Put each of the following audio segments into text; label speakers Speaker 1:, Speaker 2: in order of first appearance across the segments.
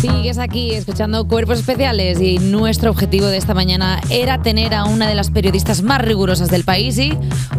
Speaker 1: Sigues aquí escuchando Cuerpos Especiales y nuestro objetivo de esta mañana era tener a una de las periodistas más rigurosas del país y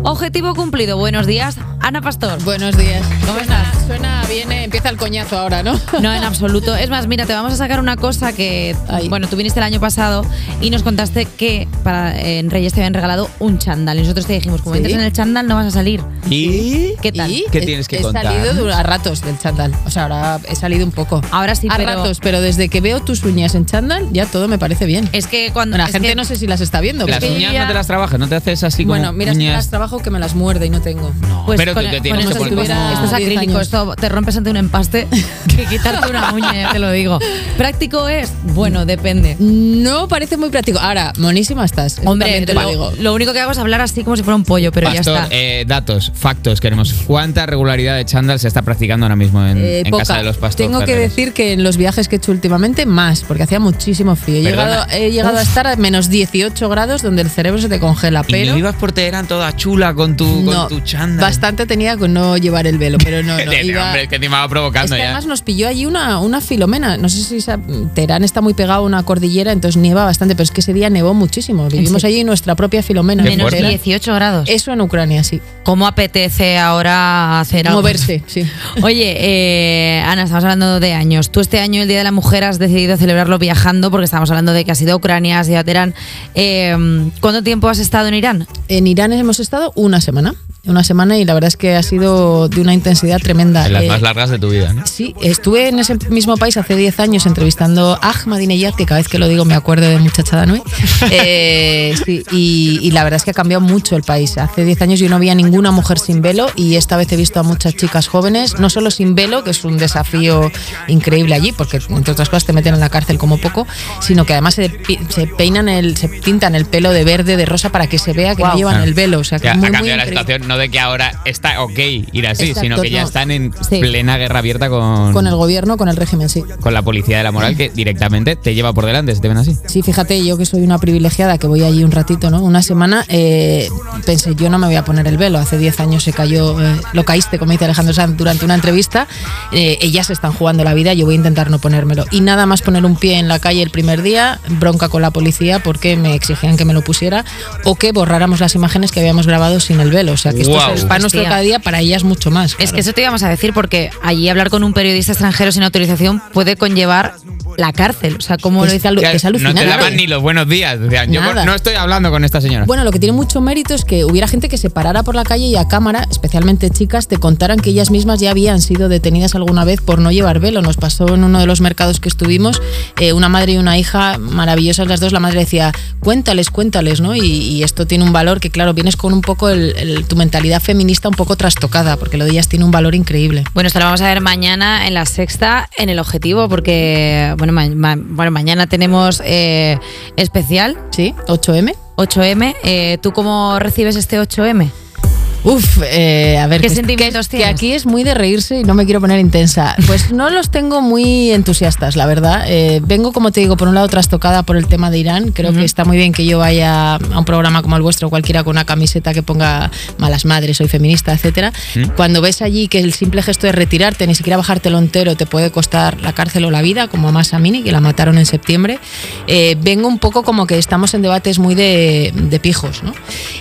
Speaker 1: objetivo cumplido. Buenos días, Ana Pastor.
Speaker 2: Buenos días.
Speaker 1: ¿Cómo
Speaker 2: Suena-
Speaker 1: estás?
Speaker 2: Suena bien, eh, empieza el coñazo ahora, ¿no?
Speaker 1: No, en absoluto. Es más, mira, te vamos a sacar una cosa que,
Speaker 2: Ay.
Speaker 1: bueno, tú viniste el año pasado y nos contaste que para eh, en Reyes te habían regalado un chándal. Y nosotros te dijimos, como
Speaker 2: Sí.
Speaker 1: entres en el chándal no vas a salir.
Speaker 3: ¿Y?
Speaker 1: ¿Qué tal?
Speaker 2: Y
Speaker 3: ¿Qué
Speaker 2: he-
Speaker 3: tienes que
Speaker 2: he
Speaker 3: contar?
Speaker 2: salido dura- a ratos del chándal. O sea, ahora he salido un poco.
Speaker 1: Ahora sí,
Speaker 2: a
Speaker 1: pero-
Speaker 2: ratos, pero desde que veo tus uñas en chándal, ya todo me parece bien.
Speaker 1: Es que cuando
Speaker 2: la
Speaker 1: Eh, es
Speaker 2: gente
Speaker 1: que-
Speaker 2: no sé si las está viendo.
Speaker 3: Las
Speaker 2: pero-
Speaker 3: uñas no te las trabajas, no te haces así como
Speaker 2: Bueno, mira, si me
Speaker 3: uñas.
Speaker 2: las trabajo que me las muerde y no tengo.
Speaker 3: No,
Speaker 1: Pues
Speaker 3: pero
Speaker 1: con,
Speaker 3: tú te
Speaker 1: con
Speaker 3: tienes
Speaker 1: estos
Speaker 3: que
Speaker 2: como
Speaker 1: tubos-
Speaker 2: si
Speaker 3: poner
Speaker 2: tuviera
Speaker 1: esto es
Speaker 2: 10
Speaker 1: acrílico,
Speaker 2: años.
Speaker 1: esto te rompes ante un empaste que quitarte una uña, eh, te lo digo. ¿Práctico es? Bueno, depende.
Speaker 2: No parece muy práctico. Ahora, monísima estás. eso
Speaker 1: Hombre,
Speaker 2: también te
Speaker 1: lo,
Speaker 2: lo digo.
Speaker 3: Mm,
Speaker 1: lo único que hago es hablar así como si fuera un pollo, pero ya
Speaker 3: Pastor,
Speaker 1: está.
Speaker 3: eh, datos, factos queremos. ¿Cuánta regularidad de chándal se está practicando ahora mismo en,
Speaker 2: Eh,
Speaker 3: en
Speaker 2: poca.
Speaker 3: casa de los pastores?
Speaker 2: Tengo que decir que en los viajes que he hecho últimamente, más, porque hacía muchísimo frío. He
Speaker 3: Perdona.
Speaker 2: llegado, he llegado a estar a menos 18 grados donde el cerebro se te congela,
Speaker 3: Y
Speaker 2: pero.
Speaker 3: no ibas por Teherán toda chula con tu, con
Speaker 2: no,
Speaker 3: tu chándal.
Speaker 2: bastante tenía con no llevar el velo, pero no, no
Speaker 3: Hombre,
Speaker 2: iba-
Speaker 3: hombre, es que te va
Speaker 2: Es
Speaker 3: provocando
Speaker 2: que
Speaker 3: ya.
Speaker 2: además nos pilló allí una, una filomena. No sé si sa- Teherán está muy pegado a una cordillera, entonces nieva bastante, pero es que ese día nevó muchísimo. Vivimos allí nuestra propia filomena.
Speaker 3: Qué
Speaker 2: en
Speaker 1: Menos
Speaker 3: fuerte.
Speaker 2: Teherán.
Speaker 1: 18 grados.
Speaker 2: Eso en Ucrania, sí.
Speaker 1: ¿Cómo apetece ahora hacer algo?
Speaker 2: Moverse, sí.
Speaker 1: Oye, eh, Ana, estamos hablando de años. Tú este año, el Día de la Mujer, has decidido celebrarlo viajando porque estamos hablando de que has ido a Ucrania, has ido a Teherán. Eh, ¿Cuánto tiempo has estado en Irán?
Speaker 2: En Irán hemos estado una semana. Una semana y la verdad es que ha sido de una intensidad tremenda.
Speaker 3: En las
Speaker 2: Eh,
Speaker 3: más largas de tu vida, ¿no?
Speaker 2: Sí, estuve en ese mismo país hace 10 años entrevistando a Ahmadinejad, que cada vez que lo digo me acuerdo de muchachada Nui. Eh, sí, y, y la verdad es que ha cambiado mucho el país. Hace 10 años yo no había ninguna mujer sin velo y esta vez he visto a muchas chicas jóvenes, no solo sin velo, que es un desafío increíble allí, porque entre otras cosas te meten en la cárcel como poco, sino que además se, pi- se peinan, el, se tintan el pelo de verde, de rosa, para que se vea que no
Speaker 1: Guau.
Speaker 2: llevan el velo. O sea, que
Speaker 3: Ah. Ya,
Speaker 2: es muy,
Speaker 3: ha
Speaker 2: muy
Speaker 3: cambiado la
Speaker 2: increíble.
Speaker 3: situación, no de que ahora está ok ir así,
Speaker 2: Exacto,
Speaker 3: sino que ya
Speaker 2: no.
Speaker 3: están en
Speaker 1: Sí.
Speaker 3: plena guerra abierta con,
Speaker 2: Con el gobierno, con el régimen, sí.
Speaker 3: con la policía de la moral que directamente te lleva por delante, si te ven así.
Speaker 2: Sí, fíjate, yo que soy una privilegiada, que voy allí un ratito, ¿no? Una semana, eh, pensé, yo no me voy a poner el velo. Hace 10 años se cayó, eh, lo caíste, como dice Alejandro Sanz, durante una entrevista. Eh, ellas se están jugando la vida, yo voy a intentar no ponérmelo. Y nada más poner un pie en la calle el primer día, bronca con la policía porque me exigían que me lo pusiera o que borráramos las imágenes que habíamos grabado sin el velo. O sea, que esto
Speaker 3: Guau.
Speaker 2: es el pan nuestro
Speaker 1: Hostia.
Speaker 2: cada día, para ellas mucho más.
Speaker 1: Es
Speaker 2: claro.
Speaker 1: que eso te íbamos a decir porque allí hablar con un periodista extranjero sin autorización puede conllevar la cárcel. O sea, como lo
Speaker 2: Es
Speaker 1: dice
Speaker 2: alu-
Speaker 3: Claro,
Speaker 2: es
Speaker 3: no
Speaker 2: alucinante.
Speaker 3: te daban ni los buenos días. Decían, yo
Speaker 2: Nada.
Speaker 3: no estoy hablando con esta señora.
Speaker 2: Bueno, lo que tiene mucho mérito es que hubiera gente que se parara por la calle y a cámara, especialmente chicas, te contaran que ellas mismas ya habían sido detenidas alguna vez por no llevar velo. Nos pasó en uno de los mercados que estuvimos, eh, una madre y una hija, maravillosas las dos, la madre decía, cuéntales, cuéntales, ¿no? Y, y esto tiene un valor que, claro, vienes con un poco el- el- tu mentalidad feminista un poco trastocada, porque lo de ellas tiene un valor increíble.
Speaker 1: Bueno, esto lo vamos a ver mañana en la sexta, en el objetivo, porque bueno, ma- ma- bueno mañana tenemos eh, especial
Speaker 2: ¿Sí? ¿8M?
Speaker 1: 8M. Eh, ¿Tú cómo recibes este 8M?
Speaker 2: Uf, eh, a ver,
Speaker 1: ¿Qué
Speaker 2: que-
Speaker 1: sentimientos
Speaker 2: que, que
Speaker 1: tienes?
Speaker 2: aquí es muy de reírse y no me quiero poner intensa. Pues no los tengo muy entusiastas, la verdad. Eh, vengo, como te digo, por un lado trastocada por el tema de Irán. Creo que está muy bien que yo vaya a un programa como el vuestro, cualquiera con una camiseta que ponga malas madres, soy feminista, etcétera. Cuando ves allí que el simple gesto de retirarte, ni siquiera bajártelo entero, te puede costar la cárcel o la vida, como a Massa Mini, que la mataron en septiembre, eh, vengo un poco como que estamos en debates muy de, de pijos, ¿no?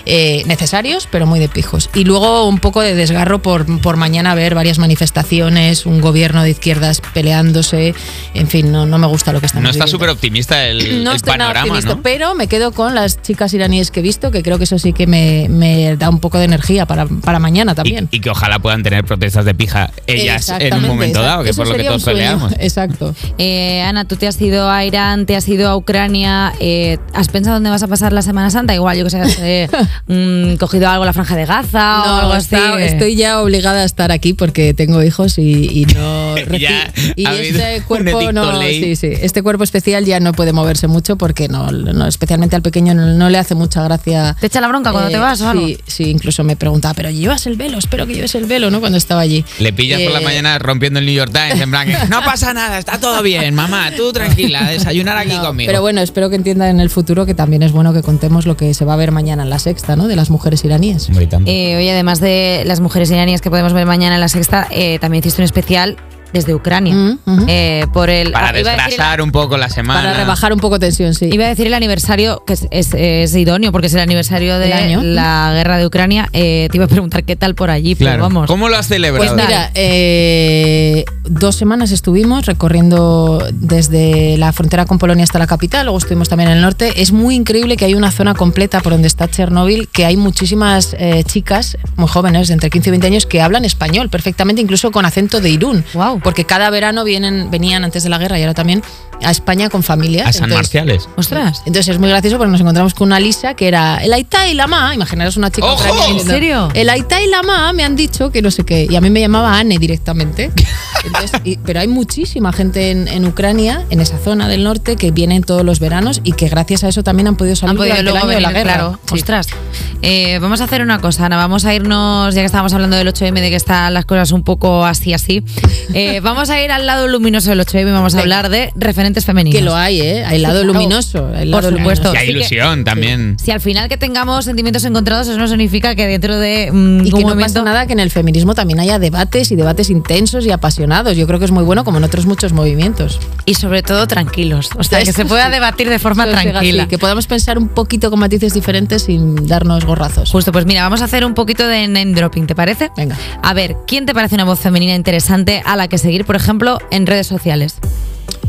Speaker 2: Eh, necesarios, pero muy de pijos. Y luego un poco de desgarro por, por mañana ver varias manifestaciones, un gobierno de izquierdas peleándose, en fin, no, no me gusta lo que estamos
Speaker 3: no está
Speaker 2: viviendo.
Speaker 3: súper optimista el,
Speaker 2: No
Speaker 3: el
Speaker 2: estoy nada
Speaker 3: panorama,
Speaker 2: optimista,
Speaker 3: ¿no?
Speaker 2: pero me quedo con las chicas iraníes que he visto, que creo que eso sí que me, me da un poco de energía para, para mañana
Speaker 3: Y-
Speaker 2: también.
Speaker 3: Y, que ojalá puedan tener protestas de pija ellas en un
Speaker 2: Exactamente,
Speaker 3: momento
Speaker 2: exacto.
Speaker 3: dado, que
Speaker 2: Eso
Speaker 3: por lo que
Speaker 2: sería un
Speaker 3: todos
Speaker 2: sueño,
Speaker 3: peleamos.
Speaker 2: Exacto.
Speaker 1: Eh, Ana, tú te has ido a Irán, te has ido a Ucrania. eh, ¿Has pensado dónde vas a pasar la Semana Santa? Igual, yo que sé, has eh, mm, cogido algo en la Franja de Gaza o algo
Speaker 2: No,
Speaker 1: así. eh.
Speaker 2: está- estoy ya obligada a estar aquí porque tengo hijos y, y no. reci-
Speaker 3: Ya,
Speaker 2: y
Speaker 3: ha habido
Speaker 2: este
Speaker 3: un
Speaker 2: cuerpo
Speaker 3: edicto
Speaker 2: no.
Speaker 3: ley.
Speaker 2: Sí, sí. Este cuerpo especial ya no puede moverse mucho porque no, no- especialmente al pequeño no, no le hace mucha gracia.
Speaker 1: ¿Te echa la bronca cuando
Speaker 2: eh,
Speaker 1: te vas o algo?
Speaker 2: Sí, sí, incluso me preguntaba, pero llevas el velo, espero que lleves el velo, ¿no? Cuando estaba allí.
Speaker 3: Le pillas por la
Speaker 2: Eh,
Speaker 3: mañana rompiendo el New York Times, en plan que, no pasa nada, está todo bien, mamá, tú tranquila, desayunar aquí
Speaker 2: No,
Speaker 3: conmigo.
Speaker 2: Pero bueno, espero que entiendan en el futuro que también es bueno que contemos lo que se va a ver mañana en la sexta, ¿no? De las mujeres iraníes.
Speaker 3: Hombre, y tanto.
Speaker 1: Eh, Eh, oye, además de las mujeres iranías que podemos ver mañana en la sexta, eh, también hiciste un especial desde Ucrania.
Speaker 2: Mm, ujú.
Speaker 1: eh, por el,
Speaker 3: Para
Speaker 1: ah, iba a decir el-
Speaker 3: desgrasar un poco la semana.
Speaker 2: Para rebajar un poco tensión, sí.
Speaker 1: Iba a decir el aniversario, que es, es- es idóneo porque es el Mm. aniversario de
Speaker 2: Del año.
Speaker 1: la guerra de Ucrania. Eh, te iba a preguntar qué tal por allí, pero
Speaker 3: Claro.
Speaker 1: vamos.
Speaker 3: ¿Cómo lo has
Speaker 2: Pues
Speaker 3: celebrado?
Speaker 2: mira, eh, dos semanas estuvimos recorriendo desde la frontera con Polonia hasta la capital, luego estuvimos también en el norte. Es muy increíble que hay una zona completa por donde está Chernóbil, que hay muchísimas eh, chicas muy jóvenes, de entre 15 y 20 años, que hablan español perfectamente, incluso con acento de Irún.
Speaker 1: Guau.
Speaker 2: Porque cada verano vienen, venían antes de la guerra y ahora también a España con familias.
Speaker 3: a San
Speaker 2: Entonces,
Speaker 3: Marciales.
Speaker 1: Ostras.
Speaker 2: entonces es muy gracioso porque nos encontramos con una Lisa que era el Aitá y la Ma. Imaginaros una chica.
Speaker 3: ¡Ojo!
Speaker 2: ucraniana
Speaker 3: ¿En
Speaker 2: diciendo,
Speaker 1: serio?
Speaker 2: El Aitá y la Ma me han dicho que no sé qué. Y a mí me llamaba Anne directamente. Entonces, y- pero hay muchísima gente en, en Ucrania, en esa zona del norte, que vienen todos los veranos y que gracias a eso también han podido salir
Speaker 1: Han podido
Speaker 2: durante el
Speaker 1: luego
Speaker 2: año de la
Speaker 1: venir,
Speaker 2: guerra.
Speaker 1: claro.
Speaker 2: Sí.
Speaker 1: Ostras. Eh, vamos a hacer una cosa, Ana. Vamos a irnos, ya que estábamos hablando del 8M, de que están las cosas un poco así, así. Eh, vamos a ir al lado luminoso del 8M y vamos a
Speaker 2: Venga.
Speaker 1: hablar de referentes femeninos.
Speaker 2: Que lo hay, ¿eh? Hay lado
Speaker 1: claro.
Speaker 2: luminoso. hay
Speaker 1: Por
Speaker 2: lado
Speaker 1: supuesto.
Speaker 2: luminoso.
Speaker 3: Y hay
Speaker 1: Así que-
Speaker 3: ilusión también.
Speaker 1: Si al final que tengamos sentimientos encontrados, eso no significa que dentro de mm,
Speaker 2: Y
Speaker 1: un
Speaker 2: que no
Speaker 1: momento-
Speaker 2: pasa nada que en el feminismo también haya debates y debates intensos y apasionados. Yo creo que es muy bueno, como en otros muchos movimientos.
Speaker 1: Y sobre todo tranquilos. O sea, que se pueda debatir de forma
Speaker 2: Sosega,
Speaker 1: tranquila.
Speaker 2: sí, que podamos pensar un poquito con matices diferentes sin darnos gorrazos.
Speaker 1: Justo, pues mira, vamos a hacer un poquito de name dropping, ¿te parece?
Speaker 2: Venga.
Speaker 1: A ver, ¿quién te parece una voz femenina interesante a la que seguir, por ejemplo, en redes sociales?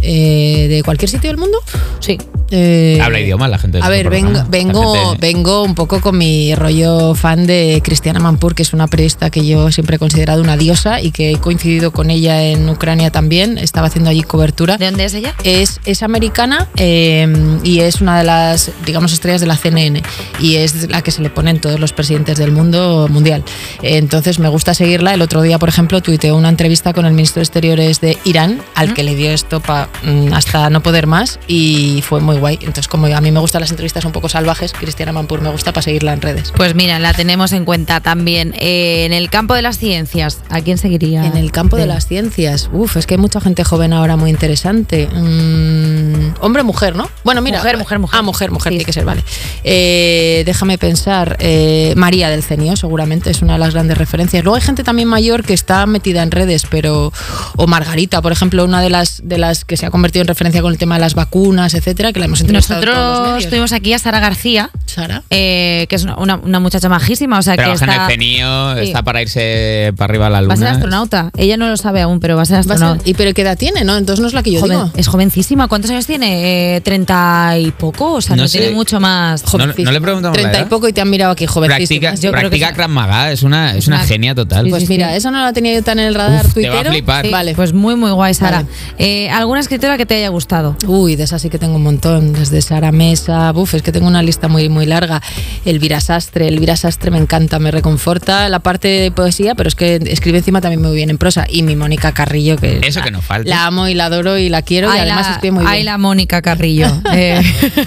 Speaker 2: Eh, ¿De cualquier sitio del mundo?
Speaker 1: Sí.
Speaker 2: Eh,
Speaker 3: Habla idiomas la gente. de
Speaker 2: A
Speaker 3: este
Speaker 2: ver, vengo,
Speaker 3: programa.
Speaker 2: vengo,
Speaker 3: La gente-
Speaker 2: vengo un poco con mi rollo fan de Cristiana Mampur, que es una periodista que yo siempre he considerado una diosa y que he coincidido con ella en Ucrania también. Estaba haciendo allí cobertura.
Speaker 1: ¿De dónde es ella?
Speaker 2: Es, es americana eh, y es una de las, digamos, estrellas de la CNN y es la que se le ponen todos los presidentes del mundo mundial. Entonces me gusta seguirla. El otro día, por ejemplo, tuiteó una entrevista con el ministro de Exteriores de Irán, al que le dio estopa mm, hasta no poder más y fue muy guay. Entonces, como a mí me gustan las entrevistas un poco salvajes, Cristiana Mampur me gusta para seguirla en redes.
Speaker 1: Pues mira, la tenemos en cuenta también. Eh, en el campo de las ciencias, ¿a quién seguiría?
Speaker 2: En el campo de las ciencias, uff, es que hay mucha gente joven ahora muy interesante. Mm, hombre, mujer, ¿no? Bueno, mira.
Speaker 1: Mujer, mujer, mujer.
Speaker 2: Ah, mujer, mujer,
Speaker 1: Sí.
Speaker 2: tiene que ser, vale. Eh, déjame pensar. eh, María del Cenio, seguramente, es una de las grandes referencias. Luego hay gente también mayor que está metida en redes, pero. O Margarita, por ejemplo, una de las, de las que se ha convertido en referencia con el tema de las vacunas, etcétera, que la hemos entrevistado. en todos los
Speaker 1: Nosotros
Speaker 2: medios.
Speaker 1: tuvimos aquí a Sara García,
Speaker 2: Sara.
Speaker 1: eh, que es una, una- una muchacha majísima, o sea que
Speaker 3: Trabaja
Speaker 1: está,
Speaker 3: en el CENIO,
Speaker 1: Sí.
Speaker 3: está para irse para arriba a la
Speaker 1: va
Speaker 3: luna.
Speaker 1: a ser astronauta. Ella no lo sabe aún, pero va a ser
Speaker 2: Va a
Speaker 1: astronauta.
Speaker 2: ser- ¿Y pero qué edad tiene, no? Entonces no es la que yo
Speaker 1: Joven-
Speaker 2: digo.
Speaker 1: es jovencísima. ¿Cuántos años tiene? Eh, ¿Treinta y poco? O sea, no,
Speaker 3: No sé.
Speaker 1: tiene mucho más.
Speaker 3: no le
Speaker 2: Jovencísima.
Speaker 3: preguntamos la
Speaker 2: 30 y
Speaker 3: edad.
Speaker 2: poco y te han mirado aquí, jovencísima.
Speaker 3: Practica,
Speaker 1: Yo creo que
Speaker 3: practica
Speaker 1: sí.
Speaker 3: Krav Maga, es una, es una
Speaker 1: Una-
Speaker 3: genia total.
Speaker 2: Pues
Speaker 1: sí, sí.
Speaker 2: mira, esa no la tenía yo tan en el radar
Speaker 3: Uf, te va a
Speaker 2: tuitero.
Speaker 3: flipar. Sí,
Speaker 2: Vale.
Speaker 1: Pues muy, muy guay, Sara.
Speaker 2: Vale.
Speaker 1: Eh, ¿Alguna escritora que te haya gustado?
Speaker 2: Uy, de esas sí que tengo un montón, desde Sara Mesa, buf, es que tengo una lista muy, muy larga. Elvira Sastre, Elvira Sastre me encanta, me reconforta la parte de poesía, pero es que escribe encima también muy bien en prosa. Y mi Mónica Carrillo, que
Speaker 3: Eso que no falte.
Speaker 2: la amo y la adoro y la quiero y
Speaker 1: Ay,
Speaker 2: además
Speaker 1: la-
Speaker 2: escribe muy
Speaker 1: ay,
Speaker 2: bien.
Speaker 1: la Mónica Carrillo. Eh,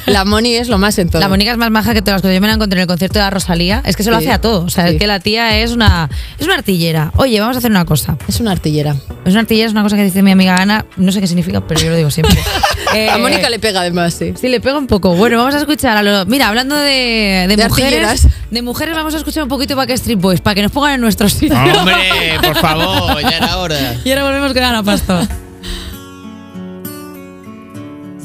Speaker 2: La Moni es lo más en todo.
Speaker 1: la Mónica es más maja que todas las cosas. Yo me la encontré en el concierto de la Rosalía. Es que se lo
Speaker 2: Sí.
Speaker 1: hace a todo. O sea,
Speaker 2: Sí.
Speaker 1: es que la tía es una, es una artillera. Oye, vamos a hacer una cosa.
Speaker 2: es una artillera.
Speaker 1: Es una artillera, es una cosa que dice mi amiga Ana. No sé qué significa, pero yo lo digo siempre. Eh,
Speaker 2: a Mónica le pega además, sí.
Speaker 1: Sí, le pega un poco. Bueno, vamos a escuchar a lo- Mira, hablando de, de
Speaker 2: De
Speaker 1: mujeres.
Speaker 2: artilleras.
Speaker 1: De mujeres vamos a escuchar un poquito Backstreet Boys para que nos pongan en nuestro sitio.
Speaker 3: Ah, Pues, Hombre, por favor, ya era hora.
Speaker 1: Y ahora volvemos con Ana Pastor.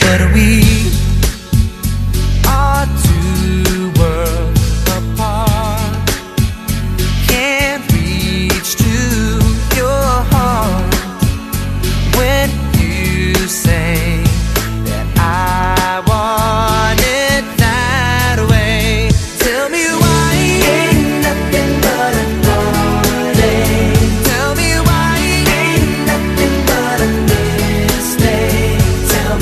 Speaker 4: but we are two worlds apart. Can't reach to your heart when you say that I want it that way. Tell me why. Ain't nothing but a heartache. Tell me why. Ain't nothing but a mistake. Tell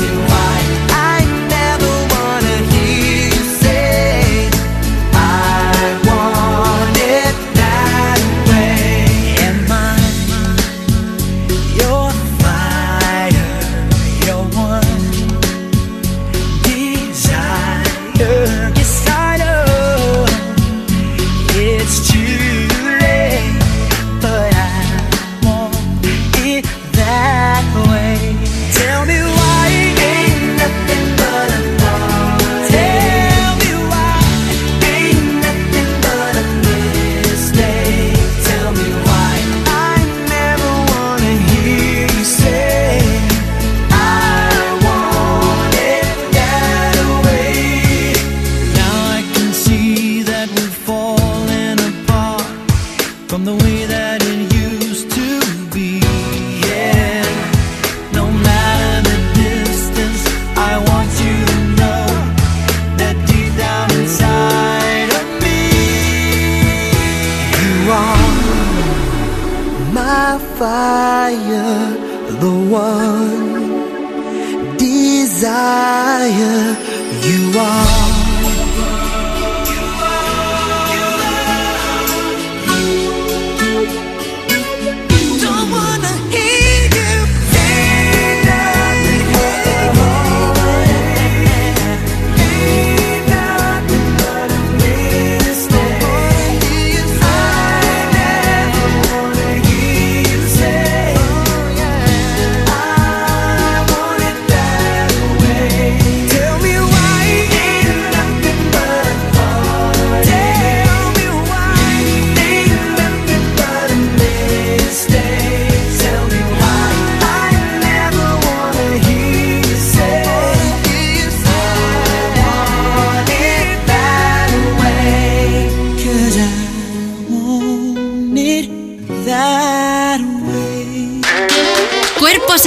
Speaker 4: the one desire you are. Don't wanna hear you say nothing Cause I want it that way.
Speaker 5: Cuerpos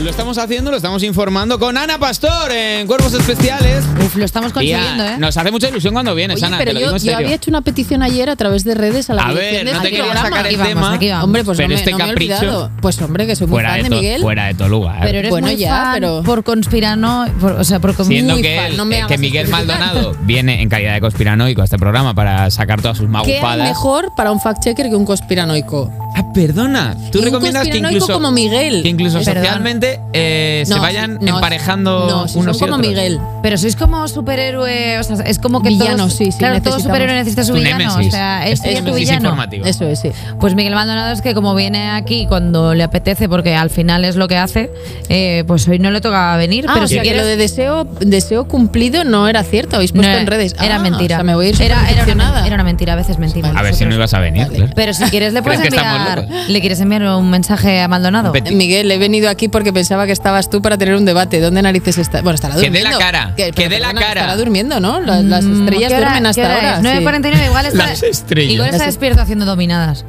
Speaker 3: Lo estamos haciendo, lo estamos informando con Ana Pastor en Cuerpos Especiales.
Speaker 1: Uf, lo estamos
Speaker 3: Tía,
Speaker 1: consiguiendo, ¿eh?
Speaker 3: Nos hace mucha ilusión cuando vienes,
Speaker 2: Oye,
Speaker 3: Ana.
Speaker 2: pero
Speaker 3: te lo
Speaker 2: yo,
Speaker 3: digo en
Speaker 2: yo
Speaker 3: serio.
Speaker 2: había hecho una petición ayer a través de redes a la
Speaker 3: A ver,
Speaker 2: dirección de
Speaker 3: no
Speaker 2: este
Speaker 3: te quería
Speaker 2: programa.
Speaker 3: sacar
Speaker 1: Aquí
Speaker 3: el
Speaker 1: vamos,
Speaker 3: tema.
Speaker 1: aquí vamos.
Speaker 2: Hombre, pues
Speaker 3: pero
Speaker 2: no, me-
Speaker 3: este
Speaker 2: no me, he
Speaker 3: capricho.
Speaker 2: olvidado. Pues hombre, que soy muy
Speaker 3: Fuera
Speaker 2: fan
Speaker 3: de,
Speaker 2: de
Speaker 3: to-
Speaker 2: Miguel.
Speaker 3: fuera de todo lugar.
Speaker 1: Pero eres
Speaker 2: Bueno,
Speaker 1: muy
Speaker 2: ya,
Speaker 1: fan
Speaker 2: pero-
Speaker 1: por conspirano, por- o sea, por con-
Speaker 3: Siendo
Speaker 2: muy
Speaker 3: que,
Speaker 2: fan,
Speaker 3: él-
Speaker 2: no me
Speaker 3: eh, que
Speaker 2: hagas
Speaker 3: Miguel
Speaker 2: esto.
Speaker 3: Maldonado viene en calidad de conspiranoico a este programa para sacar todas sus
Speaker 2: ¿Qué hay
Speaker 3: magufadas.
Speaker 2: mejor para un fact-checker que un conspiranoico?
Speaker 3: Ah, perdona.
Speaker 2: Y
Speaker 3: Tú
Speaker 2: un
Speaker 3: recomiendas que
Speaker 2: conspiranoico
Speaker 3: incluso
Speaker 2: como Miguel.
Speaker 3: que incluso
Speaker 2: Perdón.
Speaker 3: socialmente eh, se
Speaker 2: No,
Speaker 3: vayan
Speaker 2: si- no,
Speaker 3: emparejando
Speaker 2: no, si
Speaker 3: unos
Speaker 2: son
Speaker 3: y
Speaker 2: como
Speaker 3: otros.
Speaker 2: Miguel.
Speaker 1: Pero sois como superhéroe, o sea, es como que
Speaker 2: Villano,
Speaker 1: todos,
Speaker 2: sí, sí,
Speaker 1: claro, todo
Speaker 2: necesitamos.
Speaker 1: superhéroe necesita su
Speaker 3: Tu
Speaker 1: villano, o
Speaker 3: némesis. Este
Speaker 1: sea, es,
Speaker 3: Es tu
Speaker 1: tu
Speaker 3: némesis
Speaker 1: villano.
Speaker 3: informático. Digo.
Speaker 2: Eso es, sí.
Speaker 1: Pues Miguel Maldonado es que como viene aquí cuando le apetece, porque al final es lo que hace, eh, pues hoy no le toca venir,
Speaker 2: Ah,
Speaker 1: pero
Speaker 2: o
Speaker 1: si
Speaker 2: sea, que
Speaker 1: quieres...
Speaker 2: lo de deseo, deseo cumplido no era cierto. Habéis
Speaker 1: No
Speaker 2: puesto
Speaker 1: era-
Speaker 2: en redes.
Speaker 1: Era
Speaker 2: Ah,
Speaker 1: mentira.
Speaker 2: O sea, me voy a ir
Speaker 1: era, era, una,
Speaker 2: superdecepcionada.
Speaker 1: era una mentira, a veces mentimos.
Speaker 3: A ver si no ibas a venir, claro.
Speaker 1: Pero si quieres le puedes
Speaker 3: ¿Crees que estamos
Speaker 1: enviar,
Speaker 3: locos?
Speaker 1: le quieres enviar un mensaje a Maldonado.
Speaker 3: Pe-
Speaker 2: Miguel, he venido aquí porque pensaba que estabas tú para tener un debate. ¿Dónde narices está? Bueno, estará
Speaker 3: Que dé
Speaker 2: durmiendo.
Speaker 3: la cara, que
Speaker 2: pero
Speaker 3: dé la
Speaker 2: perdona,
Speaker 3: cara.
Speaker 2: Estará durmiendo, ¿no? Las, las
Speaker 1: Mm,
Speaker 2: estrellas
Speaker 1: ¿qué hora-
Speaker 2: duermen
Speaker 1: qué
Speaker 2: hasta
Speaker 1: hora
Speaker 2: ahora.
Speaker 1: es? 9.49, igual está,
Speaker 3: Las estrellas.
Speaker 1: igual está
Speaker 2: Las-
Speaker 1: despierto haciendo dominadas.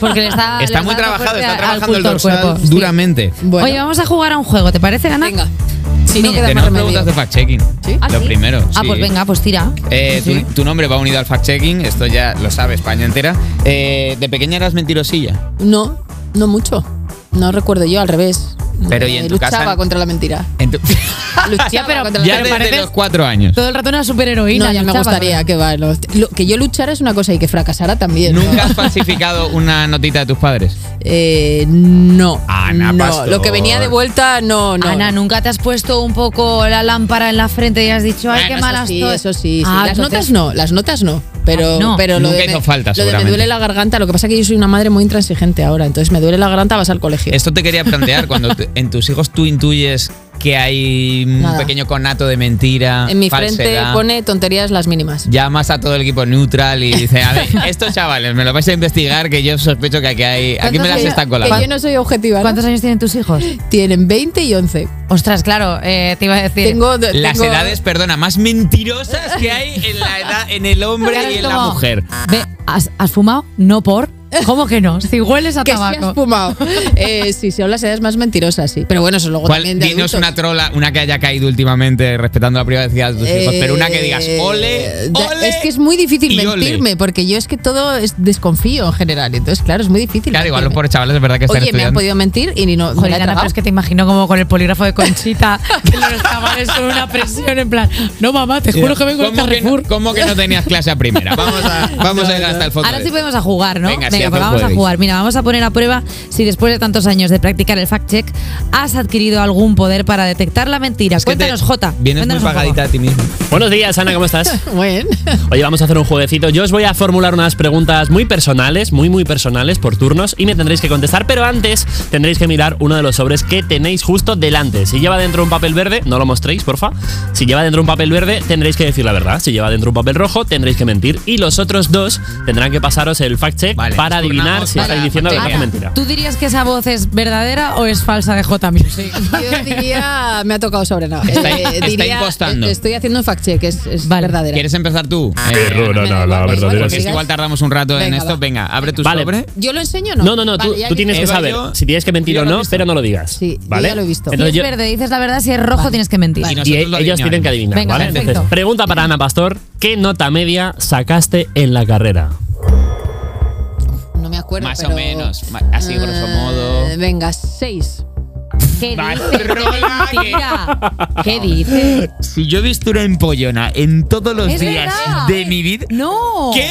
Speaker 1: Porque le está.
Speaker 3: Está
Speaker 1: Ah, le dando
Speaker 3: muy trabajado,
Speaker 1: fuerte
Speaker 3: está
Speaker 1: al
Speaker 3: trabajando el
Speaker 1: culto al cuerpo.
Speaker 3: dorsal duramente.
Speaker 2: sí. Bueno,
Speaker 1: Oye, vamos a jugar a un juego, ¿te parece, Ana?
Speaker 2: venga. Si no
Speaker 1: Mira,
Speaker 2: queda más
Speaker 3: Tenemos
Speaker 2: remedio.
Speaker 3: preguntas de fact-checking.
Speaker 2: ¿Sí?
Speaker 1: Ah,
Speaker 3: Lo
Speaker 1: ¿sí?
Speaker 3: primero.
Speaker 1: Ah,
Speaker 3: sí.
Speaker 1: pues venga, pues tira.
Speaker 3: Eh, tu, tu nombre va unido al fact-checking, esto ya lo sabe España entera. Eh, de pequeña eras mentirosilla.
Speaker 2: No, no mucho. No recuerdo yo, al revés. Eh,
Speaker 3: Pero, ¿y en tu
Speaker 2: luchaba
Speaker 3: casa?
Speaker 2: contra la mentira.
Speaker 3: En tu-
Speaker 2: Luchaba
Speaker 1: Ya, pero-
Speaker 2: contra la
Speaker 3: ya desde
Speaker 1: pareces-
Speaker 3: los cuatro años.
Speaker 1: Todo el rato una superheroína.
Speaker 2: No, ya me
Speaker 1: luchaba,
Speaker 2: gustaría que va. lo- lo- que yo luchara es una cosa y que fracasara también. ¿no?
Speaker 3: ¿Nunca has falsificado una notita de tus padres?
Speaker 2: Eh, no.
Speaker 3: Ana
Speaker 2: no.
Speaker 3: Pastor.
Speaker 2: Lo que venía de vuelta, no, no.
Speaker 1: Ana, ¿nunca te has puesto un poco la lámpara en la frente y has dicho, ay,
Speaker 3: Bueno,
Speaker 1: qué
Speaker 3: eso
Speaker 1: malas
Speaker 2: Sí,
Speaker 1: to-
Speaker 2: Ah, eso sí. sí.
Speaker 1: Ah,
Speaker 2: las notas
Speaker 1: entonces-
Speaker 2: no, las notas no. Pero,
Speaker 1: Ah, no.
Speaker 2: pero lo
Speaker 3: Nunca
Speaker 2: de me-
Speaker 3: hizo falta,
Speaker 2: Lo de me
Speaker 3: seguramente.
Speaker 2: duele la garganta. Lo que pasa es que yo soy una madre muy intransigente ahora. Entonces me duele la garganta, vas al colegio.
Speaker 3: Esto te quería plantear, cuando te- en tus hijos tú intuyes que hay un
Speaker 2: Nada.
Speaker 3: pequeño conato de mentira,
Speaker 2: en mi
Speaker 3: falsedad,
Speaker 2: frente pone tonterías las mínimas.
Speaker 3: llamas a todo el equipo neutral y dices, a ver, estos chavales, me lo vais a investigar que yo sospecho que aquí hay, aquí me las
Speaker 2: Que yo-
Speaker 3: están
Speaker 2: Que
Speaker 3: colando.
Speaker 2: yo no soy objetiva. ¿no?
Speaker 1: ¿Cuántos años tienen tus hijos?
Speaker 2: Tienen 20 y 11.
Speaker 1: Ostras, claro, eh, te iba a decir.
Speaker 2: Tengo,
Speaker 3: Las
Speaker 2: tengo-
Speaker 3: edades, perdona, más mentirosas que hay en la edad, en el
Speaker 1: Claro,
Speaker 3: hombre y
Speaker 1: es
Speaker 3: en la
Speaker 1: como,
Speaker 3: mujer.
Speaker 1: Ve, ¿has, has fumado? No por. ¿Cómo que no? Si hueles a
Speaker 2: Que sí has
Speaker 1: tabaco.
Speaker 2: fumado. Eh, sí, son las edades más mentirosas, sí. Pero bueno, eso luego
Speaker 3: ¿Cuál,
Speaker 2: también de
Speaker 3: dinos
Speaker 2: adultos.
Speaker 3: una trola, una que haya caído últimamente respetando la privacidad de tus hijos, pero una que digas,
Speaker 2: Eh,
Speaker 3: ole,
Speaker 2: da-
Speaker 3: ole.
Speaker 2: Es que es muy difícil
Speaker 3: y ole".
Speaker 2: mentirme, porque yo es que todo es- desconfío en general. Entonces, claro, es muy difícil.
Speaker 3: Claro, igual los
Speaker 2: mentirme.
Speaker 3: pobres chavales es verdad que
Speaker 2: Oye,
Speaker 3: están
Speaker 2: me han
Speaker 3: estudiando.
Speaker 2: podido mentir y ni no me
Speaker 1: Joder,
Speaker 2: la he
Speaker 1: Ana,
Speaker 2: tragado.
Speaker 1: pero es que te imagino como con el polígrafo de Conchita, que los chavales con una presión en plan, no mamá, te juro que vengo al
Speaker 3: ¿Cómo que, no,
Speaker 1: Carrefour.
Speaker 3: cómo que no tenías clase a primera? Vamos a, vamos a ir hasta el fondo.
Speaker 1: Ahora
Speaker 3: de
Speaker 1: sí
Speaker 3: esto.
Speaker 1: podemos a jugar, ¿no?
Speaker 3: Venga, sí,
Speaker 1: pues
Speaker 3: haz el
Speaker 1: vamos a
Speaker 3: juego.
Speaker 1: jugar. Mira, vamos a poner a prueba si después de tantos años de practicar el fact-check has adquirido algún poder para detectar la mentira.
Speaker 3: Es que te-
Speaker 1: Cuéntanos, Jota.
Speaker 3: Vienes muy
Speaker 1: cuéntanos un poco.
Speaker 3: pagadita a ti mismo.
Speaker 6: Buenos días, Ana, ¿cómo estás?
Speaker 2: Bueno,
Speaker 6: Oye, vamos a hacer un jueguecito. Yo os voy a formular unas preguntas muy personales, muy, muy personales por turnos y me tendréis que contestar, pero antes tendréis que mirar uno de los sobres que tenéis justo delante. Si lleva dentro un papel verde, no lo mostréis, porfa. Si lleva dentro un papel verde, tendréis que decir la verdad. Si lleva dentro un papel rojo, tendréis que mentir. Y los otros dos tendrán que pasaros el fact-check
Speaker 3: Vale.
Speaker 6: para para
Speaker 3: nos
Speaker 6: adivinar
Speaker 3: turnamos
Speaker 6: si estáis
Speaker 3: para-
Speaker 6: diciendo verdad o
Speaker 3: Venga.
Speaker 6: mentira.
Speaker 1: ¿Tú dirías que esa voz es verdadera o es falsa de J Music?
Speaker 2: Yo diría, me ha tocado sobre no.
Speaker 3: Está-
Speaker 2: Eh,
Speaker 3: está
Speaker 2: diría,
Speaker 3: impostando.
Speaker 2: eh, Estoy haciendo un fact check, es, es
Speaker 1: Vale.
Speaker 2: verdadera.
Speaker 3: ¿Quieres empezar tú? Eh,
Speaker 2: no, no, la verdadera
Speaker 3: porque es que igual tardamos un rato en
Speaker 2: Venga,
Speaker 3: esto.
Speaker 2: va.
Speaker 3: Venga, abre tu
Speaker 6: Vale.
Speaker 3: sobre.
Speaker 2: ¿Yo lo enseño o no?
Speaker 6: No, no, no,
Speaker 2: Vale,
Speaker 6: tú,
Speaker 2: ya
Speaker 6: tú
Speaker 2: que-
Speaker 6: tienes que
Speaker 3: Eva,
Speaker 6: saber
Speaker 3: yo-
Speaker 6: si tienes que mentir
Speaker 3: yo
Speaker 6: o
Speaker 3: lo he
Speaker 6: no,
Speaker 3: visto.
Speaker 6: pero no lo digas.
Speaker 2: Sí, yo
Speaker 6: ¿Vale?
Speaker 2: ya lo he visto.
Speaker 6: Entonces
Speaker 1: si
Speaker 6: yo-
Speaker 1: es verde, dices la verdad, si es rojo tienes que mentir.
Speaker 3: Y
Speaker 6: y
Speaker 3: nosotros
Speaker 6: e-
Speaker 3: lo
Speaker 6: ellos tienen que adivinar,
Speaker 1: Venga,
Speaker 6: ¿vale?
Speaker 1: perfecto.
Speaker 6: Entonces, pregunta para Ana Pastor, ¿qué nota media sacaste en la carrera?
Speaker 2: No me acuerdo.
Speaker 3: Más o
Speaker 2: pero-
Speaker 3: menos, ma- así, grosso modo.
Speaker 2: Eh, venga, seis.
Speaker 1: ¿Qué
Speaker 3: Barrola, que-
Speaker 1: ¿Qué dices?
Speaker 3: Si yo he visto una empollona en todos los
Speaker 1: Es
Speaker 3: días
Speaker 1: verdad.
Speaker 3: de mi vida.
Speaker 1: ¡No!
Speaker 3: ¿Qué?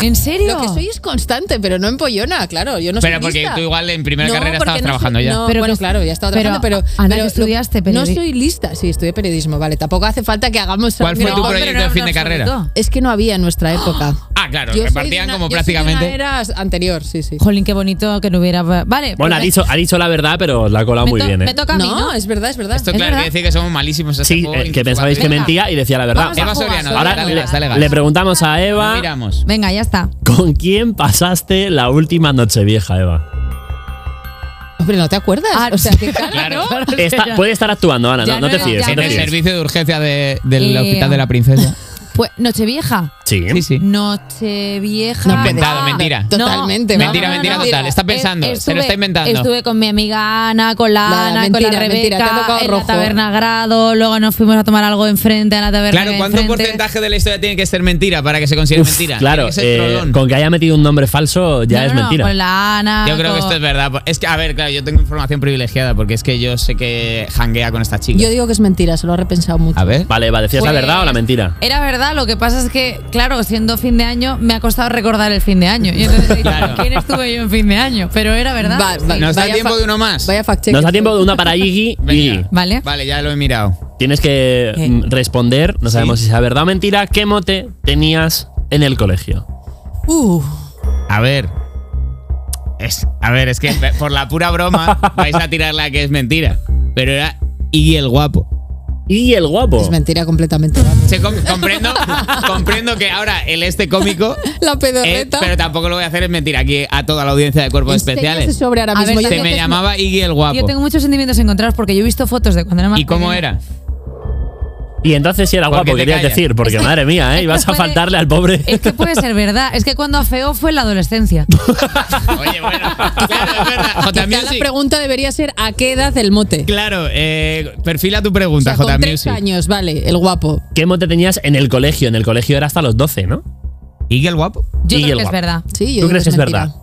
Speaker 1: ¿En serio?
Speaker 2: Lo que soy es constante, pero no empollona, claro. Yo no soy
Speaker 3: Pero porque
Speaker 2: lista.
Speaker 3: tú igual en primera
Speaker 2: No,
Speaker 3: carrera
Speaker 2: porque
Speaker 3: estabas
Speaker 2: no
Speaker 3: trabajando
Speaker 2: soy-
Speaker 3: ya.
Speaker 2: no,
Speaker 1: Pero
Speaker 2: bueno,
Speaker 1: que-
Speaker 2: claro, ya estaba
Speaker 1: pero,
Speaker 2: trabajando, pero,
Speaker 1: Ana,
Speaker 2: pero
Speaker 1: que
Speaker 2: lo-
Speaker 1: estudiaste
Speaker 2: No
Speaker 1: periodi-
Speaker 2: soy lista, sí, estudié periodismo, vale. Tampoco hace falta que hagamos.
Speaker 3: ¿Cuál fue
Speaker 2: Mira,
Speaker 3: tu
Speaker 2: no,
Speaker 3: proyecto
Speaker 2: pero-
Speaker 3: de fin de carrera?
Speaker 2: Es que no había en nuestra época.
Speaker 3: Ah, claro,
Speaker 2: Yo soy
Speaker 3: repartían
Speaker 2: de una-
Speaker 3: como
Speaker 2: yo soy de una
Speaker 3: prácticamente.
Speaker 2: Era anterior, sí, sí.
Speaker 1: Jolín, qué bonito que no hubiera. Vale. pues
Speaker 6: Bueno, ha dicho, ha dicho la verdad, pero la ha colado
Speaker 1: me
Speaker 6: muy
Speaker 1: to-
Speaker 6: bien,
Speaker 1: Me
Speaker 6: ¿eh?
Speaker 1: toca a mí, ¿no?
Speaker 2: es verdad, es verdad.
Speaker 3: Esto,
Speaker 1: ¿Es
Speaker 3: claro,
Speaker 1: verdad?
Speaker 3: quiere decir que somos malísimos. a este
Speaker 6: Sí,
Speaker 3: juego
Speaker 6: eh, que
Speaker 3: injugables.
Speaker 6: pensabais que
Speaker 1: Venga.
Speaker 6: mentía y decía la verdad.
Speaker 1: Vamos a
Speaker 3: Eva Soriano,
Speaker 1: Ahora
Speaker 3: dale gas, dale gas.
Speaker 6: Le preguntamos a
Speaker 3: No
Speaker 6: Eva,
Speaker 3: miramos.
Speaker 1: Venga, ya está.
Speaker 6: ¿con quién pasaste la última noche vieja, Eva?
Speaker 2: Hombre, ¿no te acuerdas?
Speaker 1: Ah,
Speaker 2: o sea, que
Speaker 3: Claro.
Speaker 6: Está- puede estar actuando, Ana,
Speaker 1: Ya
Speaker 6: no, no
Speaker 1: no
Speaker 6: te
Speaker 1: era-
Speaker 6: fíes,
Speaker 1: ya
Speaker 6: no
Speaker 3: En
Speaker 6: te
Speaker 3: el
Speaker 1: no
Speaker 6: fíes.
Speaker 3: servicio de urgencia de- del
Speaker 1: Eh,
Speaker 3: hospital de la princesa.
Speaker 1: Pues, Nochevieja.
Speaker 6: Sí.
Speaker 3: Sí.
Speaker 1: Nochevieja.
Speaker 2: No,
Speaker 3: Inventado, mentira.
Speaker 1: Ah, No,
Speaker 2: Totalmente,
Speaker 1: no,
Speaker 3: mentira,
Speaker 1: no,
Speaker 3: mentira
Speaker 1: no.
Speaker 3: total. Está pensando,
Speaker 1: Eh,
Speaker 3: se lo está inventando.
Speaker 1: Estuve con mi amiga Ana, con la
Speaker 2: Nada,
Speaker 1: Ana, con la
Speaker 2: mentira,
Speaker 1: Rebeca,
Speaker 2: mentira, te ha tocado
Speaker 1: en la
Speaker 2: rojo.
Speaker 1: taberna Grado, luego nos fuimos a tomar algo enfrente a la taberna
Speaker 3: Claro,
Speaker 1: de
Speaker 3: ¿cuánto
Speaker 1: enfrente.
Speaker 3: porcentaje de la historia tiene que ser mentira para que se considere
Speaker 6: Uf,
Speaker 3: mentira?
Speaker 6: Claro,
Speaker 3: Tiene que ser
Speaker 6: eh,
Speaker 3: trolón.
Speaker 6: con que haya metido un nombre falso ya
Speaker 1: No, no,
Speaker 6: es
Speaker 1: no,
Speaker 6: mentira.
Speaker 1: con la Ana.
Speaker 3: Yo creo
Speaker 1: con-
Speaker 3: que esto es verdad. Es que, a ver, claro, yo tengo información privilegiada porque es que yo sé que janguea con esta chica.
Speaker 2: Yo digo que es mentira, se lo he repensado mucho.
Speaker 3: A ver.
Speaker 6: Vale, Eva, ¿decías la
Speaker 1: Pues-
Speaker 6: verdad o la mentira?
Speaker 1: Era verdad, lo que pasa es que, claro, siendo fin de año, me ha costado recordar el fin de año. Y entonces he dicho,
Speaker 3: Claro.
Speaker 1: ¿quién estuve yo en fin de año? Pero era verdad.
Speaker 2: Va- va-
Speaker 3: ¿Nos da
Speaker 2: vaya
Speaker 3: tiempo
Speaker 2: fa-
Speaker 3: de uno más?
Speaker 2: Vaya fact check.
Speaker 6: Nos da tiempo de una para Iggy. Iggy,
Speaker 3: Venga.
Speaker 1: Vale.
Speaker 3: Vale, ya lo he mirado.
Speaker 6: tienes que
Speaker 1: ¿Qué?
Speaker 6: mm, responder, no sabemos si es verdad o mentira, ¿qué mote tenías en el colegio?
Speaker 2: Uh,
Speaker 3: A ver. Es, a ver, es que por la pura broma vais a tirar la que es mentira. Pero era y el guapo.
Speaker 6: Y el guapo.
Speaker 2: es
Speaker 3: Oh.
Speaker 2: mentira completamente.
Speaker 3: Se com- comprendo, comprendo que ahora el este cómico.
Speaker 2: La
Speaker 3: eh,
Speaker 2: pedorreta.
Speaker 3: pero tampoco lo voy a hacer es mentir aquí a toda la audiencia de cuerpos
Speaker 2: Enséñase
Speaker 3: especiales.
Speaker 2: sobre ahora
Speaker 1: A
Speaker 2: mismo.
Speaker 1: ver,
Speaker 2: Yo
Speaker 3: Se
Speaker 2: creo
Speaker 3: me
Speaker 2: que es-
Speaker 3: llamaba Iggy el guapo.
Speaker 1: Yo tengo muchos sentimientos encontrados porque yo he visto fotos de cuando era más
Speaker 3: ¿Y cómo
Speaker 1: pequeña.
Speaker 3: era?
Speaker 6: Y entonces si era
Speaker 3: Porque
Speaker 6: guapo,
Speaker 3: te
Speaker 6: querías
Speaker 3: callas.
Speaker 6: decir, porque
Speaker 1: Es que-
Speaker 6: madre mía,
Speaker 1: es
Speaker 6: ¿eh?
Speaker 1: que
Speaker 6: ibas a
Speaker 1: puede-
Speaker 6: faltarle al pobre.
Speaker 1: Es que puede ser verdad. Es que cuando afeó fue en la adolescencia.
Speaker 3: Oye, bueno. Claro, es verdad. J
Speaker 2: Quizá la
Speaker 3: Music.
Speaker 2: pregunta debería ser ¿a qué edad el mote?
Speaker 3: Claro, eh, perfila tu
Speaker 2: O
Speaker 3: pregunta,
Speaker 2: sea, con
Speaker 3: J
Speaker 2: tres
Speaker 3: Music.
Speaker 2: años, vale, el guapo.
Speaker 6: ¿Qué mote tenías en el colegio? En el colegio era hasta los 12, ¿no?
Speaker 3: ¿Iggy el guapo?
Speaker 1: Yo creo
Speaker 6: Y el
Speaker 1: que es
Speaker 6: guapo.
Speaker 1: verdad.
Speaker 2: Sí, yo
Speaker 6: ¿Tú
Speaker 2: digo
Speaker 6: crees que es
Speaker 2: mentira.
Speaker 6: verdad?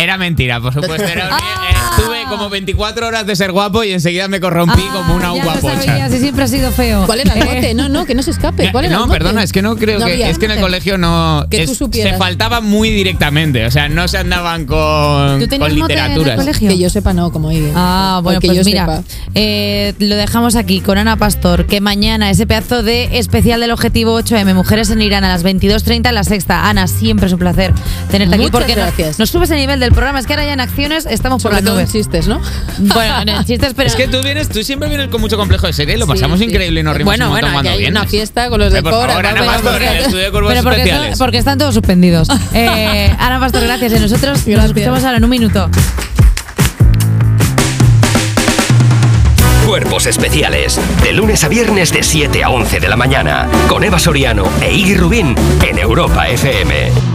Speaker 3: Era mentira, por supuesto. Era un-
Speaker 1: Ah.
Speaker 3: Estuve como 24 horas de ser guapo y enseguida me corrompí como una
Speaker 1: ya
Speaker 3: guapocha.
Speaker 1: Lo sabía, si siempre ha sido feo.
Speaker 2: ¿Cuál era el
Speaker 1: Eh,
Speaker 2: mote? No, no, que no se escape. ¿Cuál era el
Speaker 3: Eh, no,
Speaker 2: mote?
Speaker 3: perdona, es que no creo que.
Speaker 2: había.
Speaker 3: Es que en el colegio no.
Speaker 2: Que tú
Speaker 3: es-
Speaker 2: supieras.
Speaker 3: Se faltaba muy directamente. O sea, no se andaban con,
Speaker 1: ¿Tú tenías
Speaker 3: con
Speaker 1: mote en el
Speaker 3: literaturas.
Speaker 1: colegio?
Speaker 2: Que yo sepa, no, como Iggy.
Speaker 1: Ah, bueno,
Speaker 2: O que
Speaker 1: pues
Speaker 2: yo
Speaker 1: mira,
Speaker 2: sepa.
Speaker 1: eh, lo dejamos aquí con Ana Pastor, que mañana ese pedazo de especial del Objetivo 8M, Mujeres en Irán, a las 22.30 en la sexta. Ana, siempre es un placer tenerte aquí
Speaker 2: Muchas
Speaker 1: porque nos- Nos,
Speaker 2: gracias.
Speaker 1: subes el nivel del programa. Es que ahora ya en acciones estamos por
Speaker 2: Sobre
Speaker 1: las
Speaker 2: todo en
Speaker 1: nubes.
Speaker 2: chistes, ¿no?
Speaker 1: Bueno, en chistes, pero...
Speaker 3: Es que tú vienes, tú siempre vienes con mucho complejo de serie, lo
Speaker 2: Sí,
Speaker 3: pasamos
Speaker 2: sí.
Speaker 3: increíble y nos rimos
Speaker 2: Bueno,
Speaker 3: un montón
Speaker 2: bueno,
Speaker 3: cuando
Speaker 2: aquí hay
Speaker 3: vienes.
Speaker 2: una fiesta con los de
Speaker 3: Eh, por
Speaker 2: Cobra,
Speaker 3: favor,
Speaker 2: ¿no?
Speaker 3: Ana
Speaker 2: Venga,
Speaker 3: Pastor, en
Speaker 2: porque-
Speaker 3: el estudio de cuerpos
Speaker 1: Pero porque, son-
Speaker 3: especiales.
Speaker 1: porque están todos suspendidos. Eh, Ana Pastor, gracias. Y nosotros nos
Speaker 2: Gracias.
Speaker 1: escuchamos ahora en un minuto.
Speaker 7: Cuerpos especiales. De lunes a viernes de 7 a 11 de la mañana. Con Eva Soriano e Iggy Rubín en Europa FM.